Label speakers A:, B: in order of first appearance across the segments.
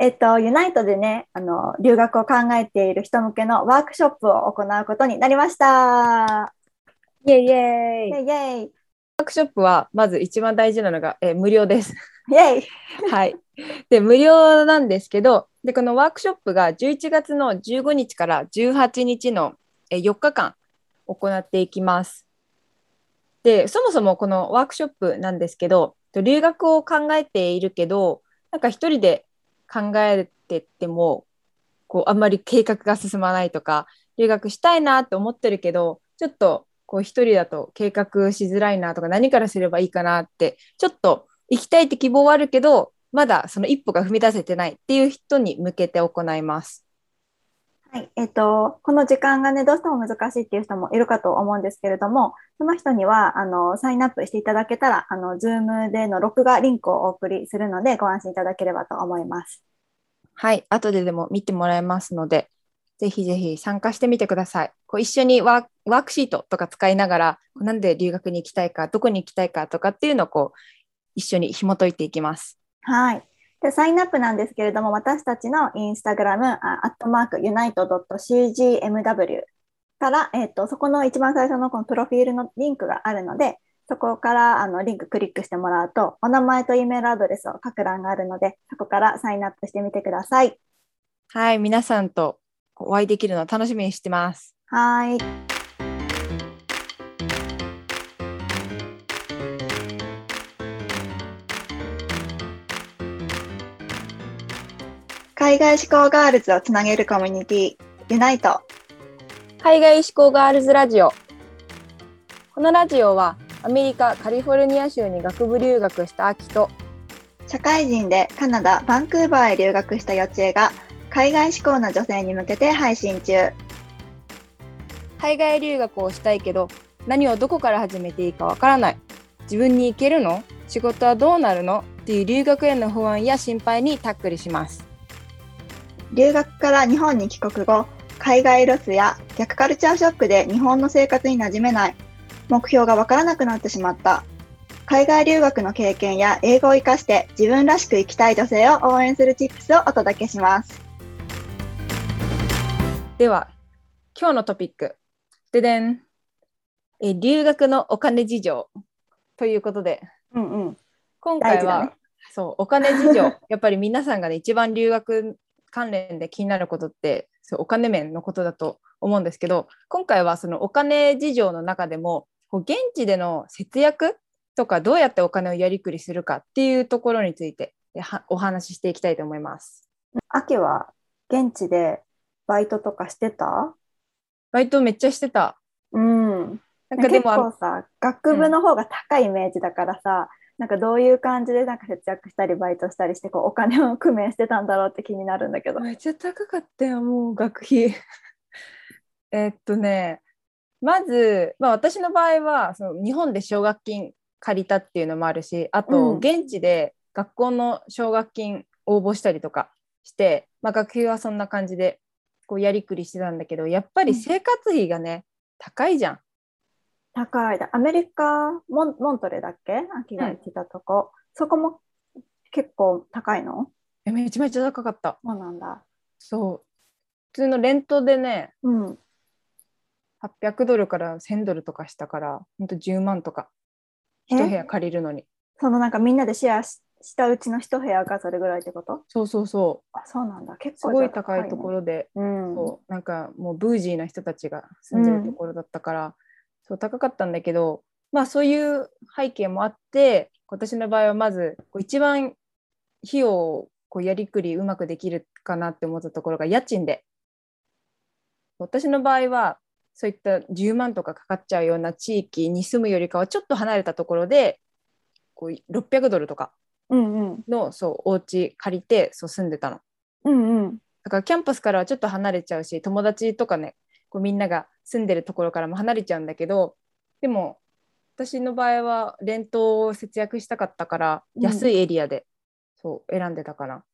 A: えっと、ユナイトでね、あの、留学を考えている人向けのワークショップを行うことになりました。
B: イエイイ
A: イ
B: エイワ
A: ェイイェイ
B: ークショップはまず一番大事なのが、えー無料です。
A: イェイ
B: はい。で、無料なんですけど、で、このワークショップが11月の15日から18日のえー4日間行っていきます。で、そもそもこのワークショップなんですけど、と留学を考えているけど、なんか一人で考えてっても、こう、あんまり計画が進まないとか、留学したいなって思ってるけど、ちょっと、こう一人だと計画しづらいなとか何からすればいいかなってちょっと行きたいって希望はあるけど、まだその一歩が踏み出せてないっていう人に向けて行います。
A: はい、えっと、この時間がね、どうしても難しいっていう人もいるかと思うんですけれども、その人には、あの、サインアップしていただけたら、あの、ズームでの録画リンクをお送りするので、ご安心いただければと思います。
B: はい、後ででも見てもらえますので、ぜひぜひ参加してみてください。こう一緒にワーワークシートとか使いながら、こうなんで留学に行きたいか、どこに行きたいかとかっていうのをこう一緒に紐解いていきます。
A: はい。で、サインアップなんですけれども、私たちのインスタグラム、アットマーク、unite.cgmw から、えっと、そこの一番最初のこのプロフィールのリンクがあるので、そこからあのリンククリックしてもらうと、お名前と E メールアドレスを書く欄があるので、そこからサインアップしてみてください。
B: はい、皆さんとお会いできるのを楽しみにしてます。
A: はい。海外志向ガールズをつなげるコミュニティ、ユナイト。
B: 海外志向ガールズラジオこのラジオはアメリカカリフォルニア州に学部留学した秋と
A: 社会人でカナダ・バンクーバーへ留学した予知恵が、海外志向の女性に向けて配信中。
B: 海外留学をしたいけど何をどこから始めていいかわからない自分に行けるの仕事はどうなるのっていう留学への不安や心配にタックルします
A: 留学から日本に帰国後海外ロスや逆カルチャーショックで日本の生活に馴染めない目標がわからなくなってしまった海外留学の経験や英語を活かして自分らしく生きたい女性を応援するチップスをお届けします
B: では今日のトピックででんえ留学のお金事情ということで
A: うんうん
B: 今回
A: 大事だ
B: は、
A: ね
B: そうお金事情やっぱり皆さんがね一番留学関連で気になることってそうお金面のことだと思うんですけど今回はそのお金事情の中でもこう現地での節約とかどうやってお金をやりくりするかっていうところについてえはお話ししていきたいと思います。
A: 秋は現地でバイトとかしてた
B: バイトめっちゃしてた。
A: うん
B: なんかでもあ
A: 結構さ学部の方が高いイメージだからさ、なんかどういう感じでなんか節約したりバイトしたりしてこうお金を工面してたんだろうって気になるんだけど
B: めっちゃ高かったよもう学費 えっとねまず、まあ、私の場合はその日本で奨学金借りたっていうのもあるし
A: う
B: あ
A: ん
B: と現地で学校の奨学金応募したりとかして、まあ、学費はそんな感じでこうやりくりしてたんだけどやっぱり生活費がね、高いじゃん。
A: 高いだ。アメリカモン、モントレだっけ秋が言ってたとこ。そこも結構高いの
B: えめちゃめちゃ高かった。
A: そうなんだ。
B: そう普通のレントでね
A: うん。
B: 800ドルから1000ドルとかしたからほんと10万とか
A: え
B: 一部屋借りるのに。
A: そのなんかみんなでシェアししたうちの一部屋がそれぐらいってこと
B: そうそうそう
A: あ、そうなんだ。結
B: す
A: 構
B: ごい高いとこ
A: ろ。
B: ろで、
A: うん。
B: そうなんかもうブージーな人たちが住んでるところだったから、そう高かったんだけどまあそういう背景もあって私の場合はまずこう一番費用をこうやりくりうまくできるかなって思ったところが家賃で私の場合はそういった10万とかかかっちゃうような地域に住むよりかはちょっと離れたところでこう600ドルとか
A: うんうん。
B: のそうお家借りてそう住んでたの。
A: うんうん。
B: だからキャンパスからはちょっと離れちゃうし友達とかねこうみんなが住んでるところからも離れちゃうんだけどでも私の場合はレントを節約したかったから
A: うん
B: 安いエリアで、そう選んでたかな、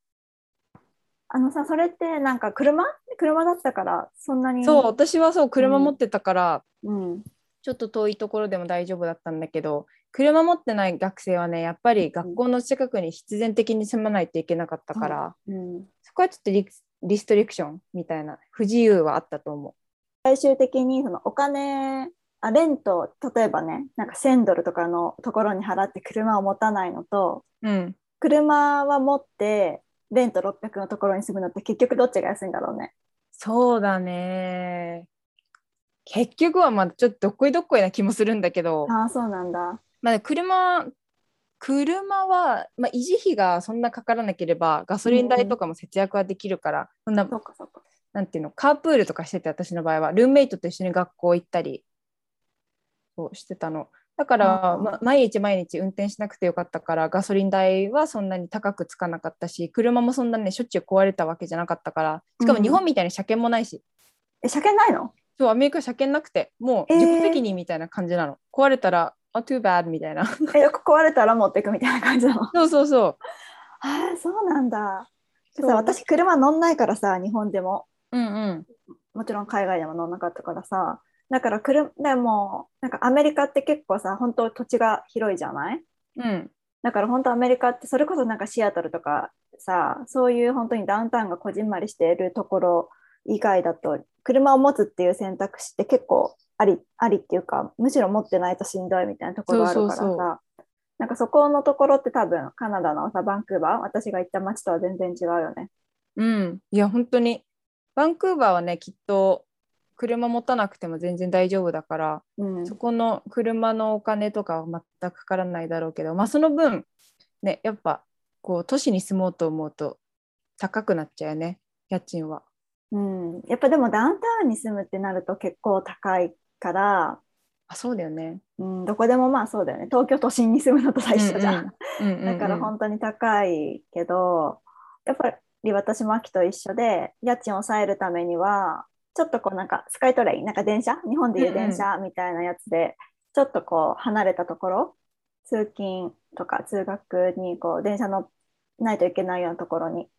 A: あのさ、それってなんか車車だったから、そんなに。
B: そう私はそう車持ってたから、
A: う。うん。
B: ちょっと遠いところでも大丈夫だったんだけど車持ってない学生はねやっぱり学校の近くに必然的に住まないといけなかったから、
A: うん、
B: そこはちょっとリリストリクションみたいな不自由はあったと思
A: 最終的にそのお金あレント例えばねなんか1000ドルとかのところに払って車を持たないのと
B: う。うん、
A: 車は持ってレント600のところに住むのって結局どっちが安いんだろうね。
B: そうだね結局はまあちょっとどっこいどっこいな気もするんだけど、
A: ああそうなんだ。
B: まあ、車車は、まあ、維持費がそんなかからなければガソリン代とかも節約はできるから、そんな
A: そうかそうか。
B: なんていうのカープールとかしてて私の場合はルームメイトと一緒に学校行ったりそうしてたのだから、
A: うん
B: ま毎日毎日運転しなくてよかったからガソリン代はそんなに高くつかなかったし車もそんなねしょっちゅう壊れたわけじゃなかったからしかも
A: うん
B: 日本みたいに車検もないし、
A: え車検ないの
B: そうアメリカ車検なくてもう
A: えー
B: 自己責任みたいな感じなの、壊れたらあ too bad みたいな
A: えよく壊れたら持っていくみたいな感じなの。あ
B: そうそうそう
A: あそうなんだ。
B: そう
A: さ私車乗んないからさ日本でも
B: うんうん
A: もちろん海外でも乗んなかったからさだから車でもなんかアメリカって結構さ本当土地が広いじゃない
B: うん
A: だから本当アメリカってそれこそなんかシアトルとかさそういう本当にダウンタウンがこじんまりしているところ以外だと車を持つっていう選択肢って結構ありありっていうかむしろ持ってないとしんどいみたいなところがあるからさ
B: そうそうそ
A: なんかそこのところって多分カナダのさバンクーバー私が行った街とは全然違うよね。
B: うん、いや本当にバンクーバーはねきっと車持たなくても全然大丈夫だから、
A: うん、
B: そこの車のお金とかは全くかからないだろうけど、まあ、その分ねやっぱこう都市に住もうと思うと高くなっちゃうよね家賃は。
A: うん、やっぱでもダウンタウンに住むってなると結構高いから、
B: あそうだよね。
A: うん、どこでもまあそうだよね東京都心に住むのと最初じゃん
B: うんうんうんう
A: だ
B: ん
A: から本当に高いけど、やっぱり私も秋と一緒で家賃を抑えるためにはちょっとこうなんかスカイトレインなんか電車日本でいう電車みたいなやつで、ちょっとこう離れたところ通勤とか通学にこう電車のないといけないようなところに、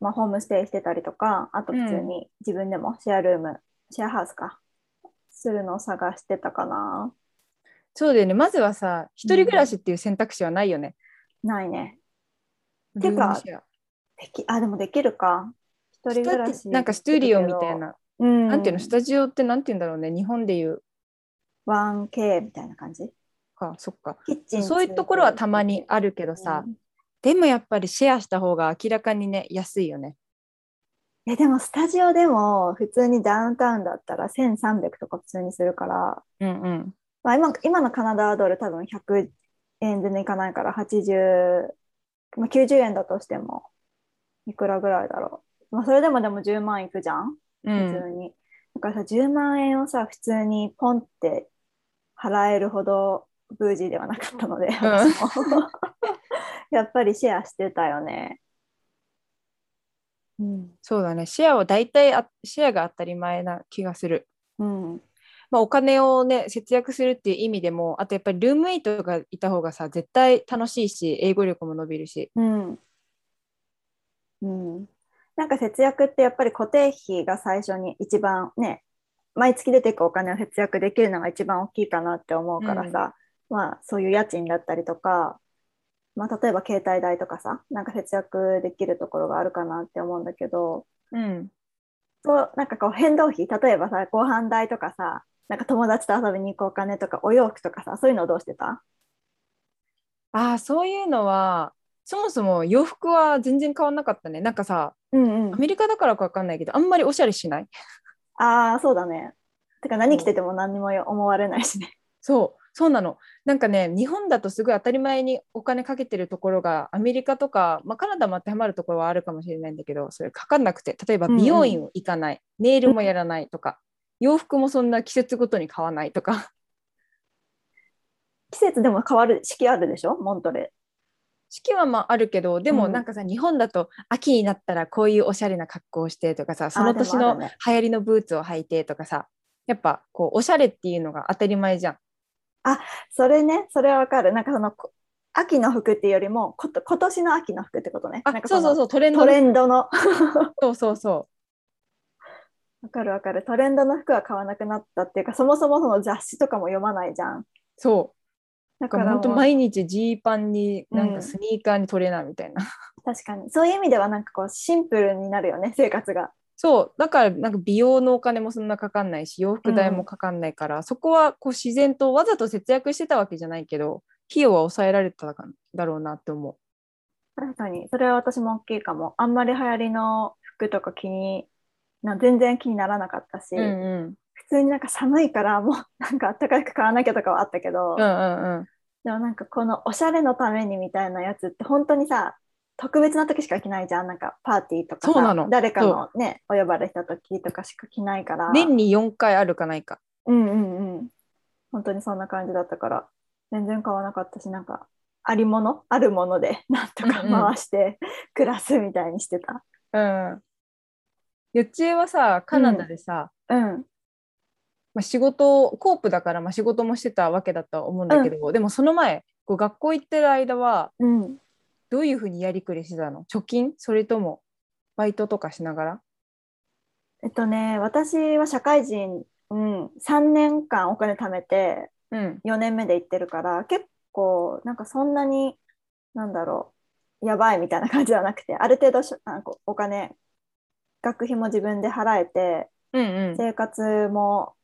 A: まあ、ホームステイしてたりとかあと普通に自分でもシェアルーム、シェアハウスかするのを探してたかな
B: そうだよねまずはさ一人暮らしっていう選択肢はないよね。
A: ないね
B: ルーム
A: てか
B: シェア
A: できあでもできるか一人暮らし
B: なんかスタジオみたい、な、
A: うん、
B: なんていうのスタジオってなんていうんだろうね日本でいう
A: ワン 1K みたいな感じ
B: かそっか
A: キッチン
B: そういうところはたまにあるけど
A: る
B: さ、でもやっぱりシェアした方が明らかにね安いよね。
A: いやでもスタジオでも普通にダウンタウンだったら1300とか普通にするから、
B: うんうん
A: まあ、今今のカナダドル多分100円全然いかないから80、まあ、90円だとしてもいくらぐらいだろう、まあ、それでもでも10万いくじゃん
B: う
A: 普
B: ん
A: 通に。だからさ、10万円をさ、普通にポンって払えるほどブージーではなかったので、私も やっぱりシェアしてたよね。うん。
B: そうだねシェアは大体あシェアが当たり前な気がする、
A: うん。
B: まあ、お金をね節約するっていう意味でもあとやっぱりルームメイトがいた方がさ絶対楽しいし英語力も伸びるし
A: うん。うん。なんか節約ってやっぱり固定費が最初に一番ね、毎月出ていくお金を節約できるのが一番大きいかなって思うからさ、まあそういう家賃だったりとか、まあ例えば携帯代とかさ、なんか節約できるところがあるかなって思うんだけど、
B: うん
A: そう、なんかこう変動費、例えばさ、ご飯代とかさ、なんか友達と遊びに行くお金とか、お洋服とかさ、そういうのをどうしてた
B: ああそういうのはそもそも洋服は全然変わんなかったねなんかさ
A: うん
B: アメリカだからか分かんないけどあんまりおしゃれしない
A: ああ、そうだね。てか何着てても何にも思われないしね。
B: そうそうなのなんかね日本だとすごい当たり前にお金かけてるところがアメリカとか、まあ、カナダも当てはまるところはあるかもしれないんだけどそれかかんなくて例えば
A: うんうん
B: 美容院を行かない、ネイルもやらないとか洋服もそんな季節ごとに買わないとか
A: 季節でも変わる四季あるでしょモントレ
B: 四季はまああるけどで
A: う
B: も
A: ん
B: なんかさ、日本だと秋になったらこういうおしゃれな格好をしてとかさその年
A: でもあ
B: の
A: る
B: 流
A: ね
B: 行りのブーツを履いてとかさやっぱこうおしゃれっていうのが当たり前じゃん。
A: それねそれはわかるなんかそのこ秋の服っていうよりもこと今年の秋の服ってことね
B: あ
A: なんか
B: そうそう
A: う
B: そうトレンド
A: トレンドの
B: そうそうそ
A: わかるわかるトレンドの服は買わなくなったっていうかそもそもその雑誌とかも読まないじゃん
B: うそう
A: だ
B: なんか本当毎日ジーパンになん
A: うん
B: かスニーカーにトレーナーみたいな、
A: 確かにそういう意味ではなんかこうシンプルになるよね生活が
B: そうだからなんか美容のお金もそんなかかんないし洋服代もかかんないから、そこはこう自然とわざと節約してたわけじゃないけど費用は抑えられたかだろうなって思う
A: 確かにそれは私も大きいかもあんまり流行りの服とか気にな全然気にならなかったし、
B: うんうん
A: 普通になんか寒いからもうなんかあったかく買わなきゃとかはあったけど、
B: うんうんうん
A: でもなんかこのおしゃれのためにみたいなやつって本当にさ特別な時しか着ないじゃんなんかパーティーとか
B: そうな
A: さ
B: の
A: 誰かのねお呼ばれした時とかしか着ないから
B: 年に4回あるかないか
A: うんうんうん本当にそんな感じだったから全然買わなかったしなんかありものあるもので なんとか
B: うんうん
A: 回して 暮らすみたいにしてた
B: うんゆっちえはさカナダでさ、
A: うん
B: まあ、仕事をコープだからまあ仕事もしてたわけだとは思うんだけど、でもその前こう学校行ってる間は
A: うん
B: どういうふうにやりくりしてたの貯金それともバイトとかしながら
A: えっとね私は社会人、うん、3年間お金貯めて
B: うん
A: 4年目で行ってるから結構なんかそんなになんだろうやばいみたいな感じではなくてある程度しょなんかお金学費も自分で払えて
B: うんうん
A: 生活も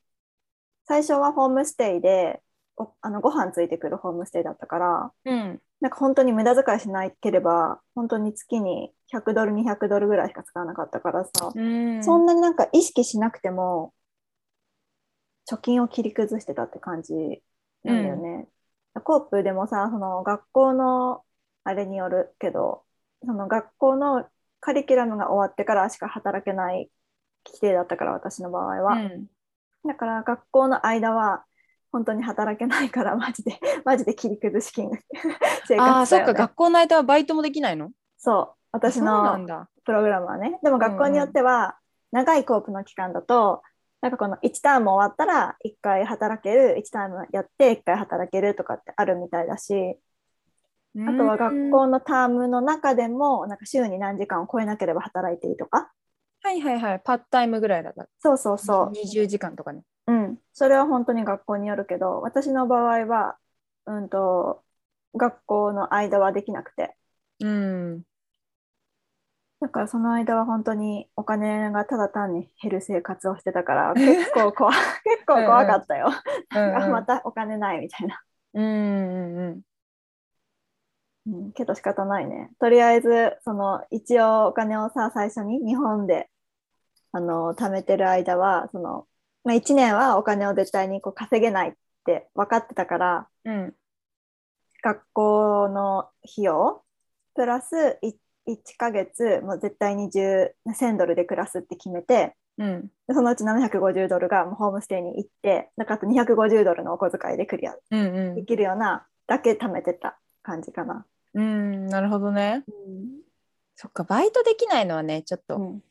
A: 最初はホームステイでおあのご飯ついてくるホームステイだったから
B: うん
A: なんか本当に無駄遣いしなければ本当に月に100ドル200ドルぐらいしか使わなかったからさ、
B: うん
A: そんなになんか意識しなくても貯金を切り崩してたって感じなんだよね。コープでもさその学校のあれによるけどその学校のカリキュラムが終わってからしか働けない規定だったから私の場合は、
B: うん
A: だから学校の間は本当に働けないからマジでマジで切り崩し金が生活だよ、ね、
B: ああそっか学校の間はバイトもできないの
A: そう私
B: そうな
A: の
B: んだ
A: プログラムはねでも学校によっては長いコープの期間だとなんかこの1ターンも終わったら1回働ける1ターンやって1回働けるとかってあるみたいだしあとは学
B: うん
A: 校のタームの中でもなんか週に何時間を超えなければ働いていいとか
B: はいはいはいパッタイムぐらいだった
A: そうそうそう
B: 20時間とかね
A: うん、それは本当に学校によるけど私の場合は、うん、と学校の間はできなくて
B: うん
A: だからその間は本当にお金がただ単に減る生活をしてた から結構怖 結構怖かったよ、
B: うん うん
A: またお金ないみたいな、
B: うんうんうん
A: うん、けど仕方ないねとりあえずその一応お金をさ最初に日本であの貯めてる間はその、まあ、1年はお金を絶対にこう稼げないって分かってたから
B: うん
A: 学校の費用プラスい1ヶ月もう絶対に10 1000ドルで暮らすって決めて
B: うん
A: でそのうち750ドルがもうホームステイに行ってだからあと250ドルのお小遣いでクリア
B: うん
A: できるようなだけ貯めてた感じかな。
B: うんうんなるほどねそっかバイトできないのはねちょっと
A: うん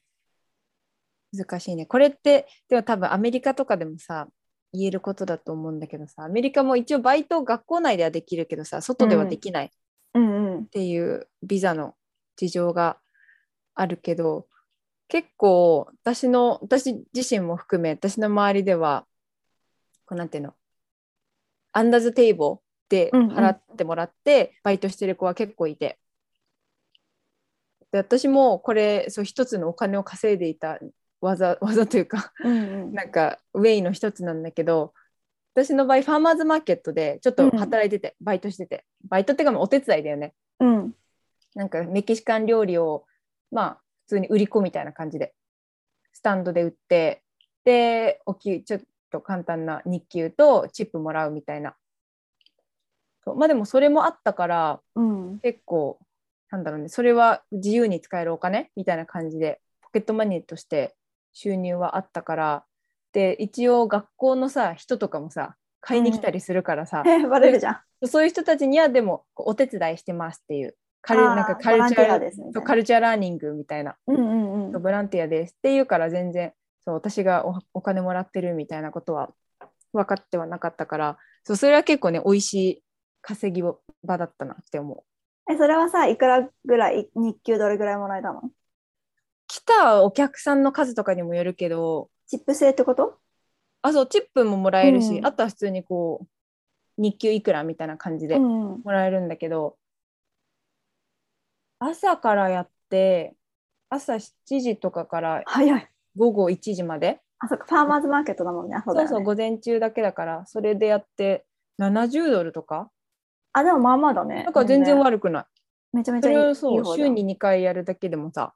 B: 難しいねこれってでも多分アメリカとかでもさ言えることだと思うんだけどさアメリカも一応バイト学校内ではできるけどさ外ではできないっ
A: うんうん
B: ていうビザの事情があるけど、結構私の私自身も含め私の周りではこうなんていうのアンダーズテイボーで払ってもらってバイトしてる子は結構いて。で私もこれそう一つのお金を稼いでいた技技というか
A: うんうん
B: なんかウェイの一つなんだけど私の場合ファーマーズマーケットでちょっと働いてて、バイトしててバイトっていうかもうお手伝いだよね
A: うん
B: なんかメキシカン料理をまあ普通に売り子みたいな感じでスタンドで売ってでお給ちょっと簡単な日給とチップもらうみたいなそうまあでもそれもあったから
A: うん
B: 結構なんだろうねそれは自由に使えるお金みたいな感じでポケットマネーとして収入はあったからで一応学校のさ人とかもさ買いに来たりするからさ、
A: えバレるじゃん。
B: そういう人たちにはでもこうお手伝いしてますっていうカル
A: あー
B: なんかカル
A: ボ
B: チ
A: ランティ
B: ャ
A: ア
B: ー
A: ですみた
B: そう
A: い
B: カ
A: な。
B: ルチャーラーニングみたいな
A: うんうんう。
B: そうんボランティアですっていうから全然そう私がおお金もらってるみたいなことは分かってはなかったからそうそれは結構ね美味しい稼ぎ場だったなって思う。
A: えそれはさいくらぐらい日給どれぐらいもらえたの？
B: 来たお客さんの数とかにもよるけど
A: チップ制ってこと？
B: あそうチップももらえるし、
A: うん
B: あとは普通にこう日給いくらみたいな感じで
A: うんうん
B: もらえるんだけど、朝からやって朝7時とかから
A: 早い。
B: 午後1時まで
A: あ、そっか、ファーマーズマーケットだもんね。あそうだ
B: そ
A: よ
B: う
A: ね
B: そう午前中だけだからそれでやって70ドルとか
A: あ、でもまあまあだね。
B: なんか全然悪くない。
A: めちゃめち
B: そ
A: ゃい
B: れ
A: い。
B: をそ
A: いうい方だ
B: 週に2回やるだけでもさ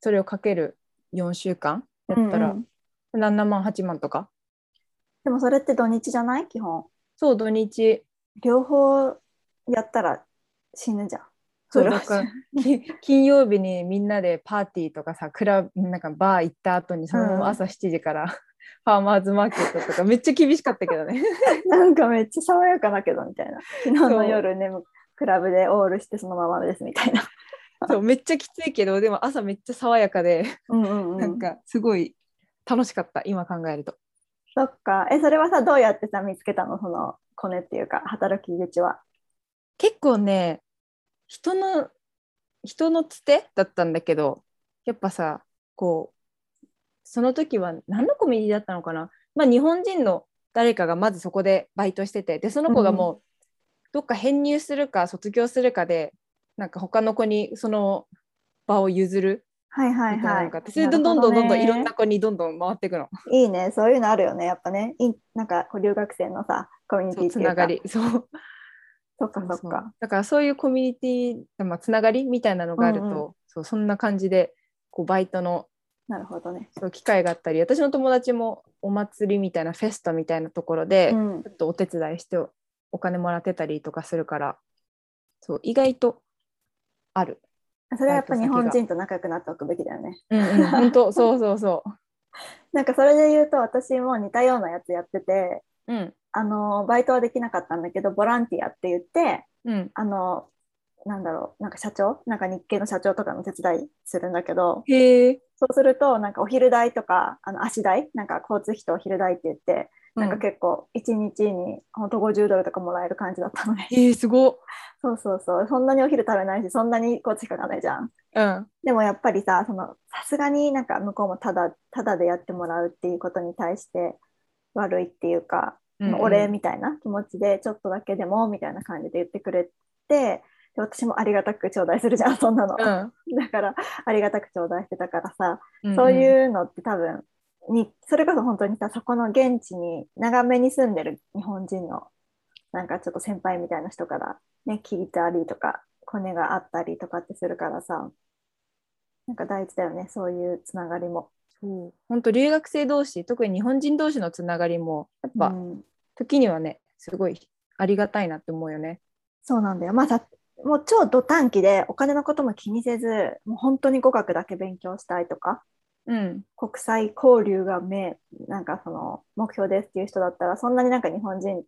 B: それをかける4週間やった
A: う
B: ら
A: んうん
B: 7万8万とか
A: でもそれって土日じゃない基本。
B: そう土日
A: 両方やったら死ぬじゃん。
B: そう
A: れ
B: だ
A: は
B: からき 金曜日にみんなでパーティーとかさクラブなんかバー行った後にそのまま朝7時から、 ファーマーズマーケットとかめっちゃ厳しかったけどね
A: なんかめっちゃ爽やかだけどみたいな。昨日
B: そ
A: の
B: う
A: 夜眠クラブでオールしてそのままですみたいな。
B: そうめっちゃきついけどでも朝めっちゃ爽やかで
A: うんうんうん。
B: なんかすごい楽しかった今考えると。
A: そっか。え、それはさ、どうやってさ、見つけたのその、コネっていうか、働き口は。
B: 結構ね人の人のつてだったんだけどやっぱさこうその時は何のコミュニティだったのかな、まあ、日本人の誰かがまずそこでバイトしててでその子がもうどっか編入するか卒業するかでなんか他の子にその場を譲る
A: はい
B: み
A: は
B: た
A: い
B: いな
A: はい
B: のがあって。それでどんどんどんどんいろんな
A: るほ
B: 子にどんどん回っていくの
A: どね。いいね。そういうのあるよね。やっぱね。いなんか、こう留学生のさ、コミュニティって
B: つ
A: いうか。
B: ながりそう
A: そっかそっ
B: そうそ
A: か
B: う。だからそういうコミュニティ、まあ、つながりみたいなのがあると、
A: うんう
B: そうそんな感じでこうバイトの
A: なるほどね。
B: そう機会があったり私の友達もお祭りみたいなフェスタみたいなところで、
A: うん
B: ちょっとお手伝いしておお金もらってたりとかするからそう意外とある。
A: それはやっぱ
B: バ
A: 日
B: イト先が
A: 本人と仲良くなっておくべきだよね。
B: うんうん、 本当そうそうそ
A: なんかそれで言うと私も似たようなやつやってて、
B: う。うん
A: あのバイトはできなかったんだけどボランティアって言って
B: うん、
A: あのなんだろうなんか社長なんか日系の社長とかの手伝いするんだけど
B: へえ。
A: そうするとなんかお昼代とかあの足代なんか交通費とお昼代って言ってなんか
B: うん
A: 結構1日にほんと50ドルとかもらえる感じだったので
B: へえすごっ。
A: そうそうそうそんなにお昼食べないしそんなに交通費かかんないじゃん。
B: うん
A: でもやっぱりさ、そのさすがになんか向こうもただただでやってもらうっていうことに対して悪いっていうか、
B: うんうん
A: お礼みたいな気持ちでちょっとだけでもみたいな感じで言ってくれて、で私もありがたく頂戴するじゃん、そんなの。
B: うん
A: だからありがたく頂戴してたからさ、
B: うん、
A: そう
B: う
A: いうのって多分に、それこそ本当にさ、そこの現地に長めに住んでる日本人のなんかちょっと先輩みたいな人からね、聞いたりとか、コネがあったりとかってするからさ、なんか大事だよね、そういうつながりも。
B: ん本当留学生同士特に日本人同士のつながりもやっぱ、
A: うん
B: 時にはねすごいありがたいなって思うよね。
A: そうなんだよ。まあさ、もう超ド短期でお金のことも気にせず、もう本当に語学だけ勉強したいとか、
B: うん、
A: 国際交流が目なんかその目標ですっていう人だったらそんなになんか日本人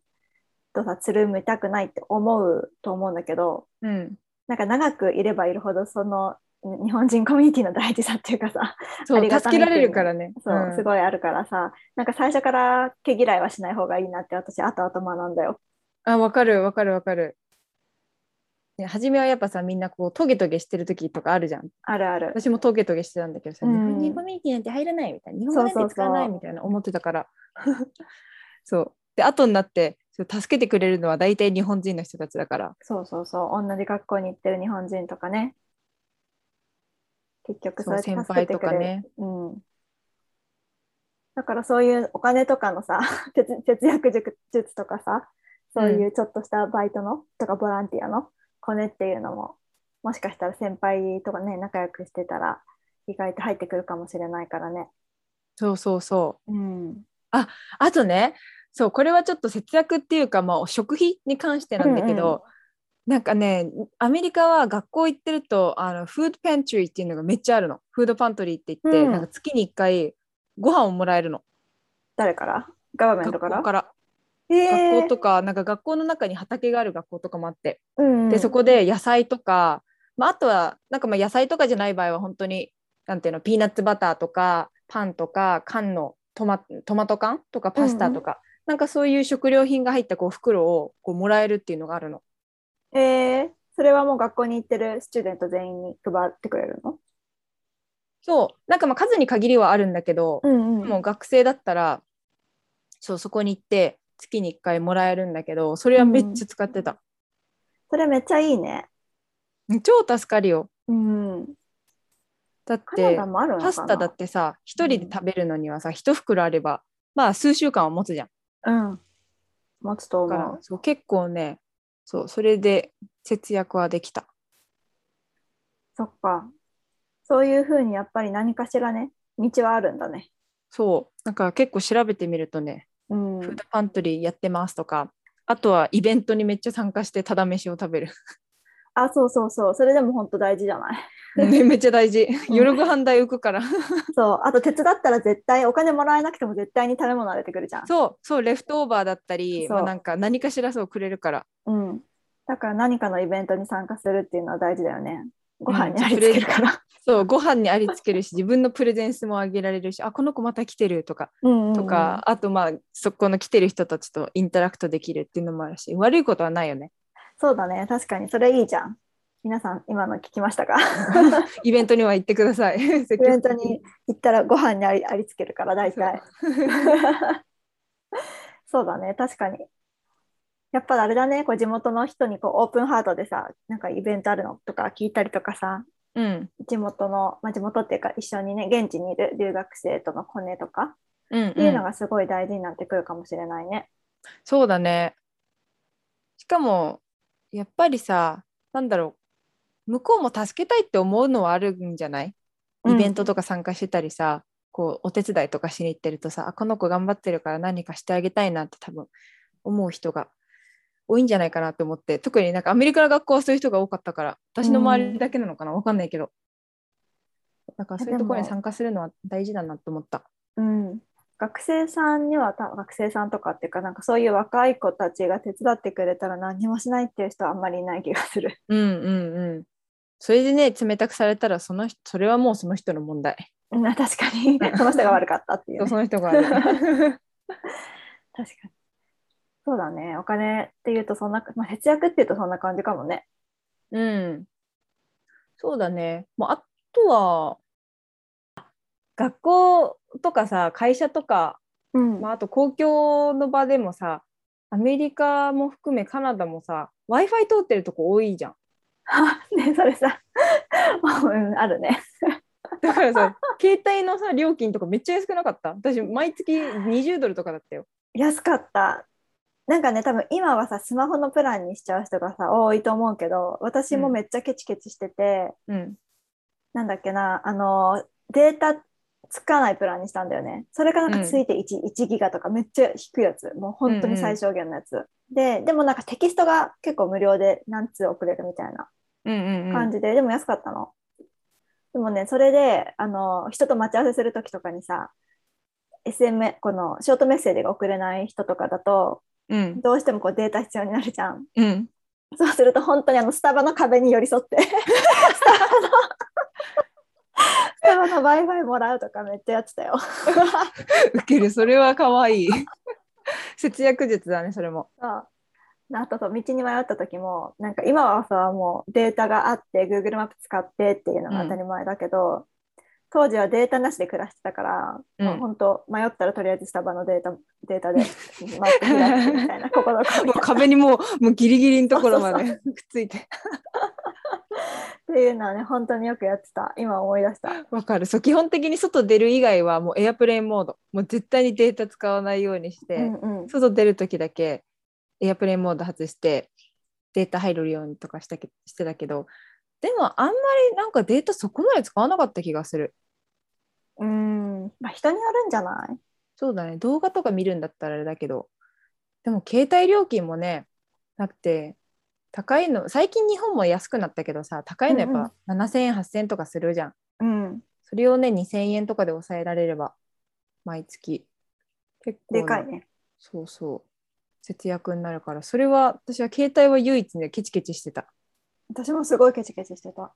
A: とさつるみたくないって思うと思うんだけど
B: うん、
A: なんか長くいればいるほどそのに日本人コミュニティの大事さっていうかさ
B: そ
A: あり
B: う
A: がた
B: 助
A: み
B: けられるからね。
A: そう、
B: ん
A: すごいあるからさなんか最初から毛嫌いはしない方がいいなって私後々学んだよ。
B: あわかるわかるわかる。ね初めはやっぱさみんなこうトゲトゲしてる時とかあるじゃん。
A: あるある。
B: 私もトゲトゲしてたんだけどさ、
A: うん
B: 日本人コミュニティなんて入らないみたいな日本語なんて使わないみたいな思ってたから。 そうで後になってそう助けてくれるのは大体日本人の人たちだから。
A: そうそうそう同じ学校に行ってる日本人とかね。結局そ
B: そう
A: や
B: う
A: って
B: 先
A: 助
B: 輩
A: けて
B: と
A: く
B: か
A: れる
B: ね。
A: うん、だからそういうお金とかのさ 節節約術術とかさそういうちょっとしたバイトの、とかボランティアのコネっていうのももしかしたら先輩とかね仲良くしてたら意外と入ってくるかもしれないからね。
B: そうそうそう。
A: うん、
B: あとねそうこれはちょっと節約っていうか、まあ、食費に関してなんだけど、なんかねアメリカは学校行ってるとあのフードパントリーっていうのがめっちゃあるのフードパントリーって言って、
A: うん
B: なんか月に1回ご飯をもらえるの
A: 誰からガバメント
B: 学
A: から
B: 校から、
A: えー
B: 学校とかなんか学校の中に畑がある学校とかもあって、
A: うんうん
B: でそこで野菜とか、まあ、あとはなんかまあ野菜とかじゃない場合は本当になんていうのピーナッツバターとかパンとか缶のトマトマト缶とかパスタとか、なんかそういう食料品が入ったこう袋をこうもらえるっていうのがあるの。
A: えーそれはもう学校に行ってるスチューデント全員に配ってくれるの、
B: そうなんかまあ数に限りはあるんだけど、
A: ん
B: もう学生だったらそうそこに行って月に1回もらえるんだけどそれはめっちゃ使ってた、
A: それめっちゃいいね。
B: 超助かるよ
A: うん。
B: だっ
A: カナ
B: て
A: ダもあるのかな
B: パスタだっ。てさ1人で食べるのにはさ1袋あればまあ数週間は持つじゃん
A: うん。持つと
B: だか
A: 思
B: ら
A: う。
B: そう結構ねそうそれで節約はできた
A: そっか。そういうふうにやっぱり何かしらね、道はあるんだね。
B: そうなんか結構調べてみるとね、
A: うん。
B: フードパントリーやってますとかあとはイベントにめっちゃ参加してただ飯を食べる
A: あ、そうそうそう。それでも本当大事じゃない。
B: ねめっちゃ大事夜ご飯代浮くから
A: そう。あと手伝ったら絶対、お金もらえなくても絶対に食べ物は出てくるじゃん。
B: そうそうレフトオーバーだったり、
A: そう
B: まあ、なんか何かしらそうくれるから
A: うん。だから何かのイベントに参加するっていうのは大事だよね。ご飯
B: うん
A: にありつけるから。
B: そうご飯にありつけるし自分のプレゼンスもあげられるしあこの子また来てるとか
A: うんうんうん
B: とか、あとまあそこの来てる人たちとインタラクトできるっていうのもあるし悪いことはない よね
A: そうだね。確かに。それいいじゃん。皆さん、今の聞きましたか
B: イベントには行ってくださ いイ
A: イベントに行ったらご飯にありありつけるから、大体。そう だね。確かに。やっぱあれだね。こう地元の人にこうオープンハートでさ、なんかイベントあるのとか聞いたりとかさ、
B: うん
A: 地元の、まあ、地元っていうか一緒にね、現地にいる留学生とのコネとか
B: うん、
A: っていうの
B: うん
A: がすごい大事になってくるかもしれないね。
B: そうだねしかもやっぱりさなんだろう向こうも助けたいって思うのはあるんじゃないイベントとか参加してたりさ、こうお手伝いとかしに行ってるとさあこの子頑張ってるから何かしてあげたいなって多分思う人が多いんじゃないかなと思って特になんかアメリカの学校はそういう人が多かったから私の周りだけなのかなわかんないけどだからそういうところに参加するのは大事だなと思った。
A: うん、学生さんにはた学生さんとかっていうかなんかそういう若い子たちが手伝ってくれたら何もしないっていう人はあんまりいない気がする。
B: うんうんうんそれでね冷たくされたらその人それはもうその人の問題
A: うん確かに その人が悪かったっていう、ね、
B: その人が ね
A: 確かにそうだねお金っていうとそんな、まあ、節約っていうとそんな感じかもね。
B: うんそうだね、まあ、あとは学校とかさ会社とか、
A: うん
B: まあ、あと公共の場でもさアメリカも含めカナダもさ w i f i 通ってるとこ多いじゃん
A: ねそれさ うんあるね。
B: だから さ携帯のさ料金とかめっちゃ安くなかった私毎月20ドルとかだったよ
A: 安かった。なんかね多分今はさスマホのプランにしちゃう人がさ多いと思うけど私もめっちゃケチケチしてて。
B: うん
A: なんだっけな、あの、データつかないプランにしたんだよね。それがなん
B: うん
A: かついて 1,、1ギガとかめっちゃ低いやつ。もう本当に最小限のやつ。で、でもなんかテキストが結構無料で何通送れるみたいな
B: うんうんうん
A: 感じで、でも安かったの。でもね、それで、あの、人と待ち合わせするときとかにさ、SM、このショートメッセージが送れない人とかだと、
B: うん
A: どうしてもこうデータ必要になるじゃん。
B: うん
A: そうすると本当にあのスタバの壁に寄り添って スタバのスタバの Wi-Fi もらうとかめっちゃやってたよ。
B: ウケるそれは可愛 い節約術だねそれも
A: そうあとそう道に迷った時もなんか今はさもうデータがあって Google マップ使ってっていうのが当たり前だけど、当時はデータなしで暮らしてたから、
B: うん
A: もう本当迷ったらとりあえずスタバのデータデータでマップ開くみたいなここどこみた
B: もう
A: いな
B: 壁にもうもうギリギリのところまでくっつい て
A: っていうのはね本当によくやってた今思い出した。
B: わかるそう基本的に外出る以外はもうエアプレインモードもう絶対にデータ使わないようにして、
A: うんうん
B: 外出る時だけエアプレインモード外してデータ入るようにとかしたけしてたけどでもあんまりなんかデータそこまで使わなかった気がする
A: うんまあ、人によるんじゃない
B: そうだね動画とか見るんだったらあれだけどでも携帯料金もねなくて高いの最近日本も安くなったけどさ高いのやっぱ7000円8000円とかするじゃん
A: うん、
B: それをね、2000円とかで抑えられれば、毎月。結構な
A: でかいね。
B: そうそう。節約になるから、それは、私は携帯は唯一ね、ケチケチしてた。
A: 私もすごいケチケチしてた。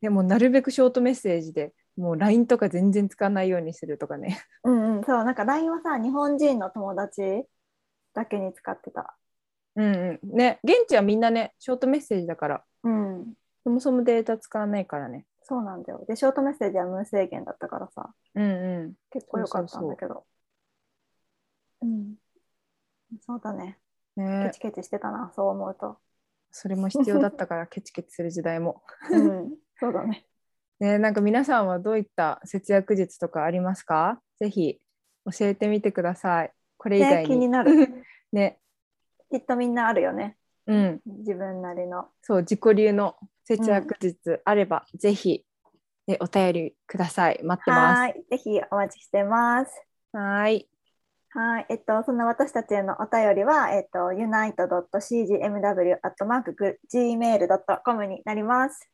B: でも、なるべくショートメッセージで、もう LINE とか全然使わないようにするとかね。
A: うんうん、そう、なんか LINE はさ、日本人の友達だけに使ってた。
B: うんうん。ね、現地はみんなね、ショートメッセージだから、
A: うん、
B: そもそもデータ使わないからね。
A: そうなんだよ。で、ショートメッセージは無制限だったからさ、
B: うんうん。
A: 結構良かったんだけど。うん。そうだね。ケ
B: ね
A: チケチしてたな、そう思うと。
B: それも必要だったからケチケチする時代も。
A: うん、 そうだね。
B: ねなんか皆さんはどういった節約術とかありますかぜひ教えてみてください。これ以
A: ね
B: 外
A: 気
B: に。
A: にな る。
B: ね。
A: きっとみんなあるよね。
B: うん。
A: 自分なりの。
B: そう、自己流の節約術あれば、ぜひ、えお便りください。待ってます。
A: はーい。ぜひお待ちしてます。
B: はーい。
A: はい、えっと、そんな私たちへのお便りは、えっと、unite.cgmw.gmail.com になります。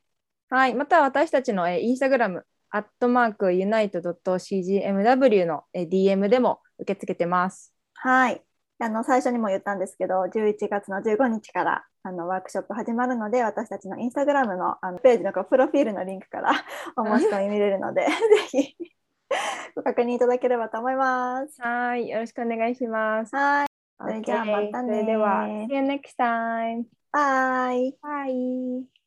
B: はい。または私たちの、えーインスタグラム、アットマーク、ユナイト .cgmw の、えー DM でも受け付けてます。
A: はい。あの、最初にも言ったんですけど、11月の15日から、あの、ワークショップ始まるので、私たちのインスタグラムの、あの、ページのこうプロフィールのリンク からお申し込み見れるので、 ぜひご確認いただければと思います。
B: はい。よろしくお願いしま す。
A: はい。それじゃあ
B: Okay
A: またね
B: それでは、See you next time.
A: バイ。
B: Bye.